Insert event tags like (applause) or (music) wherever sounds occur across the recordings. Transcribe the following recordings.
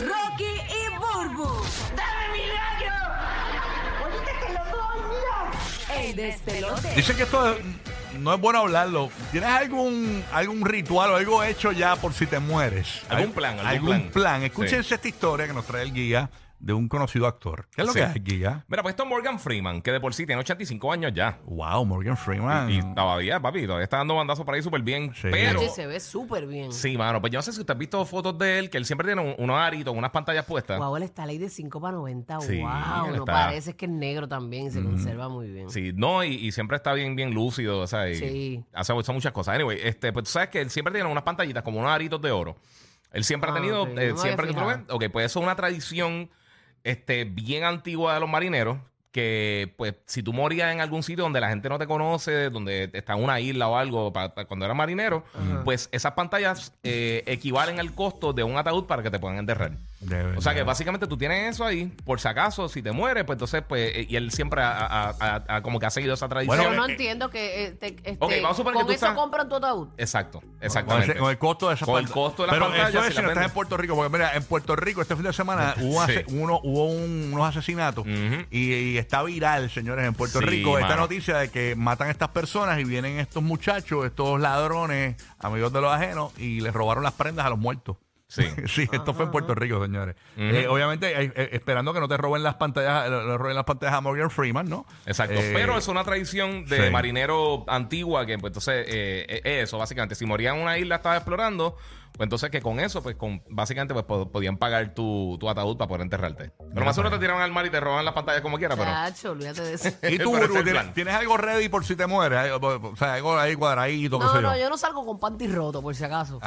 Rocky y Burbu. ¡Dame milagro! ¡Ahorita te lo doy, mira! El despelote. Dice que esto es- no es bueno hablarlo. ¿Tienes algún, algún ritual o algo hecho ya por si te mueres? Algún Al- plan, algún plan. Escúchense Sí. esta historia que nos trae el guía de un conocido actor. ¿Qué es lo Sí. que es el guía? Mira, pues esto es Morgan Freeman, que de por sí tiene 85 años ya. Wow, Morgan Freeman. Y todavía, papi, todavía está dando bandazos para ahí súper bien. Ah. Sí. Pero. Oye, se ve súper bien. Sí, mano, pues yo no sé si usted ha visto fotos de él, que él siempre tiene un- unos aritos, unas pantallas puestas. Guau, él está ley de 5 para 90. Sí, wow, él no está- parece es que es negro también y se conserva muy bien. Sí, no, y, y siempre está bien, bien lúcido, o sea, y Sí. hace son muchas cosas. Anyway, este, pues tú sabes que él siempre tiene unas pantallitas como unos aritos de oro. Él siempre Ah, ha tenido, ok, no eh, me había siempre que tú lo ves, fijado. ok, pues eso es una tradición este, bien antigua de los marineros, que pues si tú morías en algún sitio donde la gente no te conoce, donde está en una isla o algo, pa- pa- cuando eras marinero, pues esas pantallas eh, equivalen al costo de un ataúd para que te puedan enterrar. De verdad. O sea que básicamente tú tienes eso ahí, por si acaso, si te mueres, pues entonces, pues, eh, y él siempre ha, ha- ha- ha- ha- como que ha seguido esa tradición. Bueno, Yo no eh, entiendo que este, este, Ok, vamos a suponer que con tú eso estás- compran tu ataúd. Exacto, Con, ese- exactamente. con el costo de esa Con el costo de las Pero pantallas, eso es si si las no estás venden. en Puerto Rico. Porque mira, en Puerto Rico este fin de (laughs) semana hubo, ase- Sí. uno- hubo un- unos asesinatos Ujú. y, y está viral, señores, en Puerto Sí, Rico esta mano. noticia de que matan a estas personas y vienen estos muchachos, estos ladrones, amigos de los ajenos, y les robaron las prendas a los muertos. Sí. (laughs) sí, esto fue en Puerto Rico, señores. Eh, obviamente, eh, eh, esperando que no te roben las pantallas, eh, le roben las pantallas a Morgan Freeman, ¿no? Exacto, Eh, pero es una tradición de sí. marinero antigua que pues entonces eh, eh, eso básicamente si morían en una isla estaba explorando, pues entonces que con eso pues con básicamente pues po- podían pagar tu, tu ataúd para poder enterrarte. Pero más seguro te tiraban al mar y te roban las pantallas como quiera, pero Chacho, olvídate de eso. (laughs) ¿Y tú, Burbu, Parece el plan. ¿tienes, tienes algo ready por si te mueres? Algo- O sea, algo ahí cuadradito, qué No, sé no, yo no salgo con panty roto, por si acaso.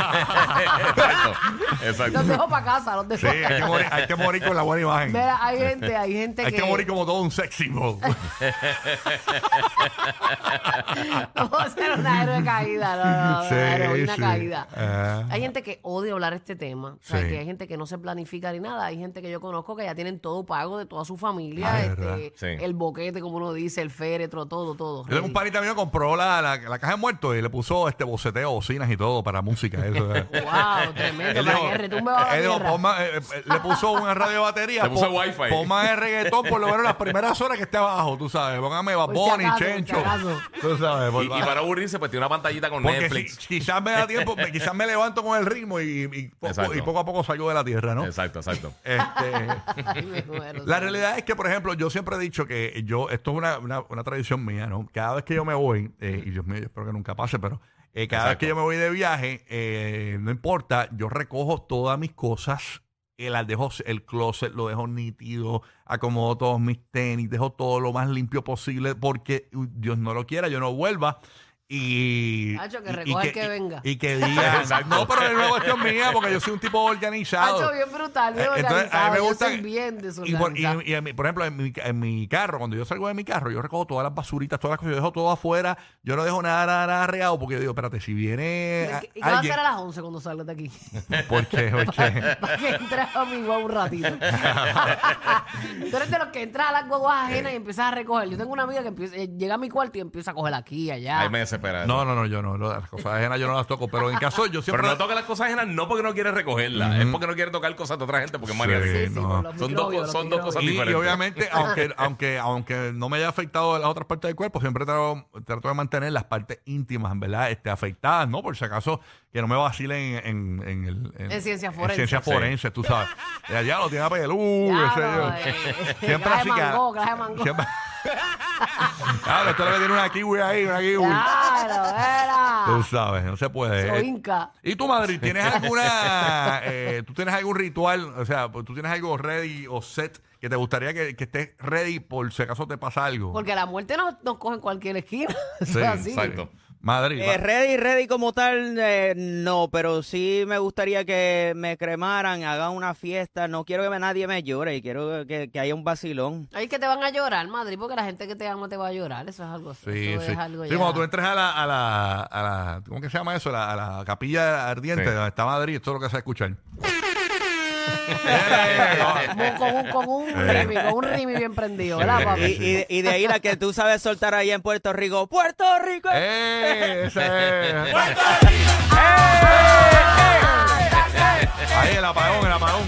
exacto, (laughs) exacto. Los dejo para casa, los dejo Sí, pa' hay que, morir, hay que morir con la buena imagen. Mira, hay gente, hay gente hay que. que morir como todo un sexy (laughs) ball. (laughs) Vamos a hacer una héroe caída, no, no, no, Sí, una heroína sí. caída. Ah. Hay gente que odia hablar este tema. O sea, Sí. que hay gente que no se planifica ni nada. Hay gente que yo conozco que ya tienen todo pago de toda su familia. Ah, este, verdad. Sí. El boquete, como uno dice, el féretro, todo, todo. Yo tengo un panita mío que compró la, la, la caja de muertos y le puso este boceteo, bocinas y todo para música. Eso, eh. (laughs) Wow, (laughs) tremendo. Él para dijo- eh, que retumbe bajo la él dijo, tierra. "Pon más, eh, eh, le puso una radio batería. (laughs) Le puso pon- wifi. Pon más el reggaetón por lo menos las primeras horas que esté abajo, tú sabes. Póngame Bad Por si Bunny, acaso, por si Chencho. acaso. Tú sabes. por- Y, y para aburrirse pues tiene una pantallita con porque Netflix. si- quizás me da tiempo, me- quizás me levanto con el ritmo y, y po- Exacto. y poco a poco salgo de la tierra, ¿no? Exacto, exacto. Este, Ay, me muero. La realidad es que, por ejemplo, yo siempre he dicho que yo, esto es una, una- una tradición mía, ¿no? Cada vez que yo me voy, eh, y Dios mío, yo espero que nunca pase, pero eh, cada vez Exacto. que yo me voy de viaje, eh, no importa, yo recojo todas mis cosas, eh, las dejo, el closet lo dejo nítido, acomodo todos mis tenis, dejo todo lo más limpio posible, porque uh, Dios no lo quiera, yo no vuelva. Y, Hacho, que y- y recoja el que venga. Y (laughs) que diga. Exacto. No, pero es una cuestión mía, porque yo soy un tipo organizado. Hacho, bien brutal, bien Eh, entonces, organizado. a mí me Yo gusta. soy bien y por, y- desorganizado. y en mi- por ejemplo, en mi, en mi carro, cuando yo salgo de mi carro, yo recojo todas las basuritas, todas las cosas, yo dejo todo afuera, yo no dejo nada, nada, nada regado, porque yo digo, espérate, si viene. a- ¿Y qué va a eh, alguien- hacer a las 11 cuando salgas de aquí? Porque, (laughs) porque. Para que entres a mi guagua (laughs) un ratito. Tú eres de los que entras a las guaguas ajenas y empiezas a recoger. Yo tengo una amiga que empieza- eh, llega a mi cuarto y empieza a coger aquí, allá. Ahí me desespera. eso. No, no, no, yo no, no, las cosas ajenas yo no las toco, pero en caso yo Pero siempre. no toca las cosas ajenas no porque no quiere recogerlas, es porque no quiere tocar cosas de otra gente porque es Sí. maniático. Sí, sí, no. por los Son dos microbios, co- los son dos cosas y, microbios. y obviamente, diferentes. aunque, (laughs) aunque, aunque no me haya afectado las otras partes del cuerpo, siempre trato, trato de mantener las partes íntimas, ¿verdad? Este, afectadas, ¿no? Por si acaso que no me vacilen en, en, en el- En ciencias forenses. ciencias Sí. forenses, tú sabes. Y allá lo tiene a pelú, Ya, qué sé yo. no, eh, Siempre clase así de que. mango, clase de mango. Siempre... (laughs) Claro, esto le va a tener una kiwi ahí, una kiwi. Claro, Tú sabes, no se puede. eh. era. Soy inca. ¿Y tú, Madrid, tienes alguna. eh, ¿Tú tienes algún ritual? O sea, pues, ¿tú tienes algo ready o set que te gustaría que, que estés ready por si acaso te pasa algo? Porque la muerte nos, nos coge en cualquier esquina. (laughs) Eso Sí, es así. exacto. Madrid. Eh, va- ready, ready como tal, eh, no, pero sí me gustaría que me cremaran, hagan una fiesta. No quiero que nadie me llore, quiero que, que haya un vacilón. Ay, que te van a llorar, Madrid, porque la gente que te ama te va a llorar. Eso es algo así. Sí, eso sí. es algo Sí, ya. cuando tú entres a la, a la, a la- ¿cómo que se llama eso? La- a la capilla ardiente Sí. donde está Madrid, esto es lo que se va a escuchar. Eh, Con- con un, con un rimi, con un rimi bien prendido, ¿verdad, Y, papi? y de- y de ahí la que tú sabes soltar allá en Puerto Rico. ¡Puerto Rico! ¡Eh! Esa es. ¡Eh! Ahí el apagón, el apagón.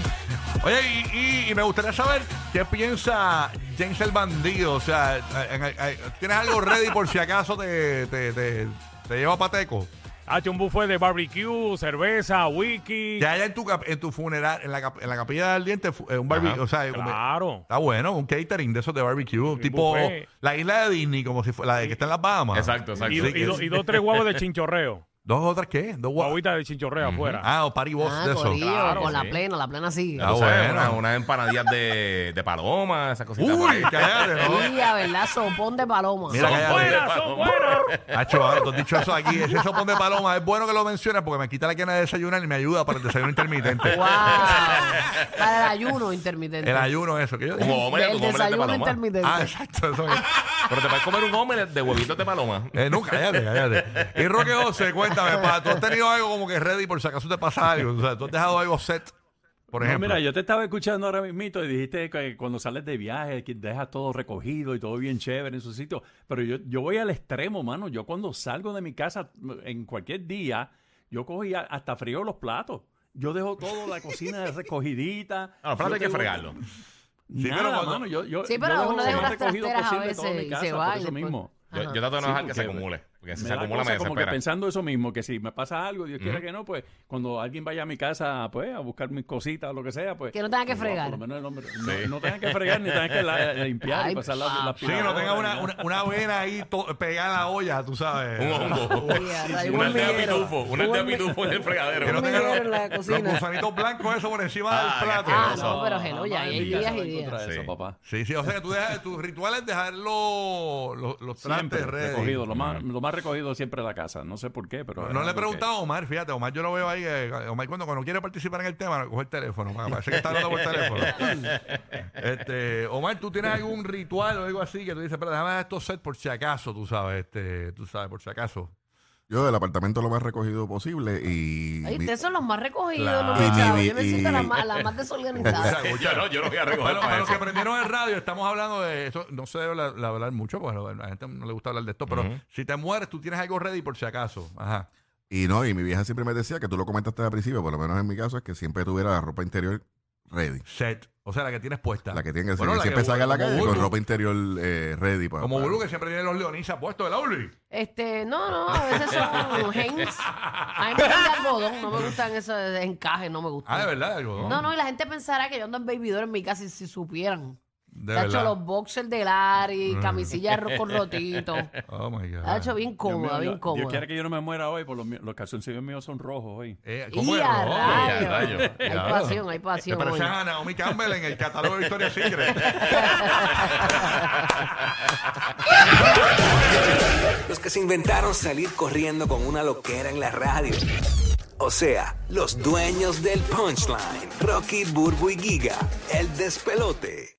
Oye, y, y- y me gustaría saber qué piensa James el Bandido. O sea, en- en- en- ¿tienes algo ready por si acaso te, te, te, te lleva Pateco? Hace un buffet de barbecue, cerveza, wiki. Ya allá en tu, cap- en tu funeral, en la, cap- en la capilla del diente, fu- eh, un barbecue. Ajá, o sea, como- Claro. está bueno, un catering de esos de barbecue. tipo buffet. la isla de Disney, como si fuera la de que está en las Bahamas. Exacto, exacto. Y, Ah. Sí, y que- do- y dos tres (laughs) huevos de chinchorreo. ¿Dos otras qué? ¿Dos guau- Guaguitas de chinchorreo afuera. Ah, o party boss Ah, de corillo, esos. Claro, con la sí. plena, la plena sigue. Ya Ah, tú sabes, bueno. una- unas empanadillas de, de paloma, esas cositas. Uy, por ahí. cállate, (laughs) ¿no? Y a verdad, sopón de paloma. Mira, Son cállate. ¡Buenas, son buenas! Hacho, ahora tú has dicho eso aquí. Ese sopón de paloma es bueno que lo mencionas porque me quita la quena de desayunar y me ayuda para el desayuno (laughs) intermitente. Wow. Para el ayuno intermitente. eh, El ayuno, eso que yo Como digo. omelette, el como omelette de desayuno paloma. intermitente. Ah, exacto, eso es. Pero te puedes comer un omelette de huevitos de paloma. Eh, no, cállate, cállate. Y Roque José, cuéntame, pa, ¿tú has tenido algo como que ready por si acaso te pasa algo? O sea, ¿tú has dejado algo set, por No, ejemplo? (laughs) mira, yo te estaba escuchando ahora mismito y dijiste que cuando sales de viaje que dejas todo recogido y todo bien chévere en su sitio. Pero yo, yo voy al extremo, mano. Yo cuando salgo de mi casa m- en cualquier día, yo cojo y a- hasta frío los platos. Yo dejo todo la cocina recogidita. No, Ah, espérate, Yo hay que tengo- fregarlo. Nada, pero cuando- mano, yo, yo, Sí, yo pero dejo uno lo deja más unas recogido trasteras a posible todo veces mi y casa, se por va y pues, eso después- mismo. Yo, yo Ajá. trato de no Sí, dejar que se porque- acumule. Porque si me se da acumula, me cosa como que desespera. pensando eso mismo, que si me pasa algo, Dios quiera que no, pues cuando alguien vaya a mi casa pues, a buscar mis cositas o lo que sea, pues. Que no tenga que pues, fregar. por lo menos el hombre- no, no tenga que fregar ni tenga que la- eh, limpiar Ay, y pasar la, la Sí, que no aspiradora, tenga ni una, nada. una, una vena ahí to- pegada a la olla, tú sabes. Un hongo. Mira, rayo, Una un aldea hormiguero. pitufo. Una aldea pitufo en el Que no fregadero. tenga hormiguero en la los, los cocina. gusanitos blancos eso por encima Ah, del plato. Ah, Eso. no, pero hello, ya Jamás en hay mi casa días y voy a encontrar días. eso, Sí. papá. Sí, sí, o sea que tú dejas, tus rituales dejar los, los, los Siempre trastes ready. recogido, lo más, lo más recogido siempre la casa. No sé por qué, No pero. le he porque- preguntado a Omar, fíjate, Omar yo lo veo ahí, eh, Omar cuando, cuando quiere participar en el tema, coge el teléfono, pa- parece que está hablando por (laughs) teléfono. Este, Omar, ¿tú tienes algún ritual o algo así que tú dices, pero déjame dar estos set por si acaso, tú sabes, este, tú sabes, por si acaso? Yo del apartamento lo más recogido posible y... Ay, mi- ustedes son los más recogidos, Claro. Y- los chavos. y- Yo me siento y- la más, la (laughs) más desorganizada. Yo no, yo no voy a recoger Bueno, para para los que eso. aprendieron el radio, estamos hablando de eso. No se debe la- la hablar mucho, porque a la gente no le gusta hablar de esto. Pero si te mueres, tú tienes algo ready por si acaso. Ajá. Y no, y mi vieja siempre me decía que tú lo comentaste al principio, por lo menos en mi caso, es que siempre tuviera la ropa interior ready. Set. O sea, la que tienes puesta. La que tiene que ser. Bueno, que la siempre que- salga a la como calle Bulbu. con ropa interior eh, ready. pa- Como pa- Bulu, que siempre tiene los leonisas puestos, ¿verdad, Uli? Este, no, no, a veces son Hanes. A mí me gustan de algodón, no me gustan esos encajes, no me gustan. Ah, de verdad, algo. No, no, y la gente pensará que yo ando en bebidor en mi casa y si supieran. De Te ha hecho verdad. Mm. los boxers de Larry, camisilla ro- con (laughs) rotito. Oh my God. Te ha hecho bien Dios mío, cómoda, yo- bien cómoda. Dios quiera que yo no me muera hoy, por los, míos- los calzoncillos míos son rojos hoy. Eh, ¿Cómo Y es? No, a rayos. ya, rayo. Hay Ya. pasión, hay Te pasión. pareces hoy. a Este, Naomi Campbell en el catálogo de Victoria's Secret. (laughs) Los que se inventaron salir corriendo con una loquera en la radio. O sea, los dueños del punchline. Rocky, Burbu y Giga. El despelote.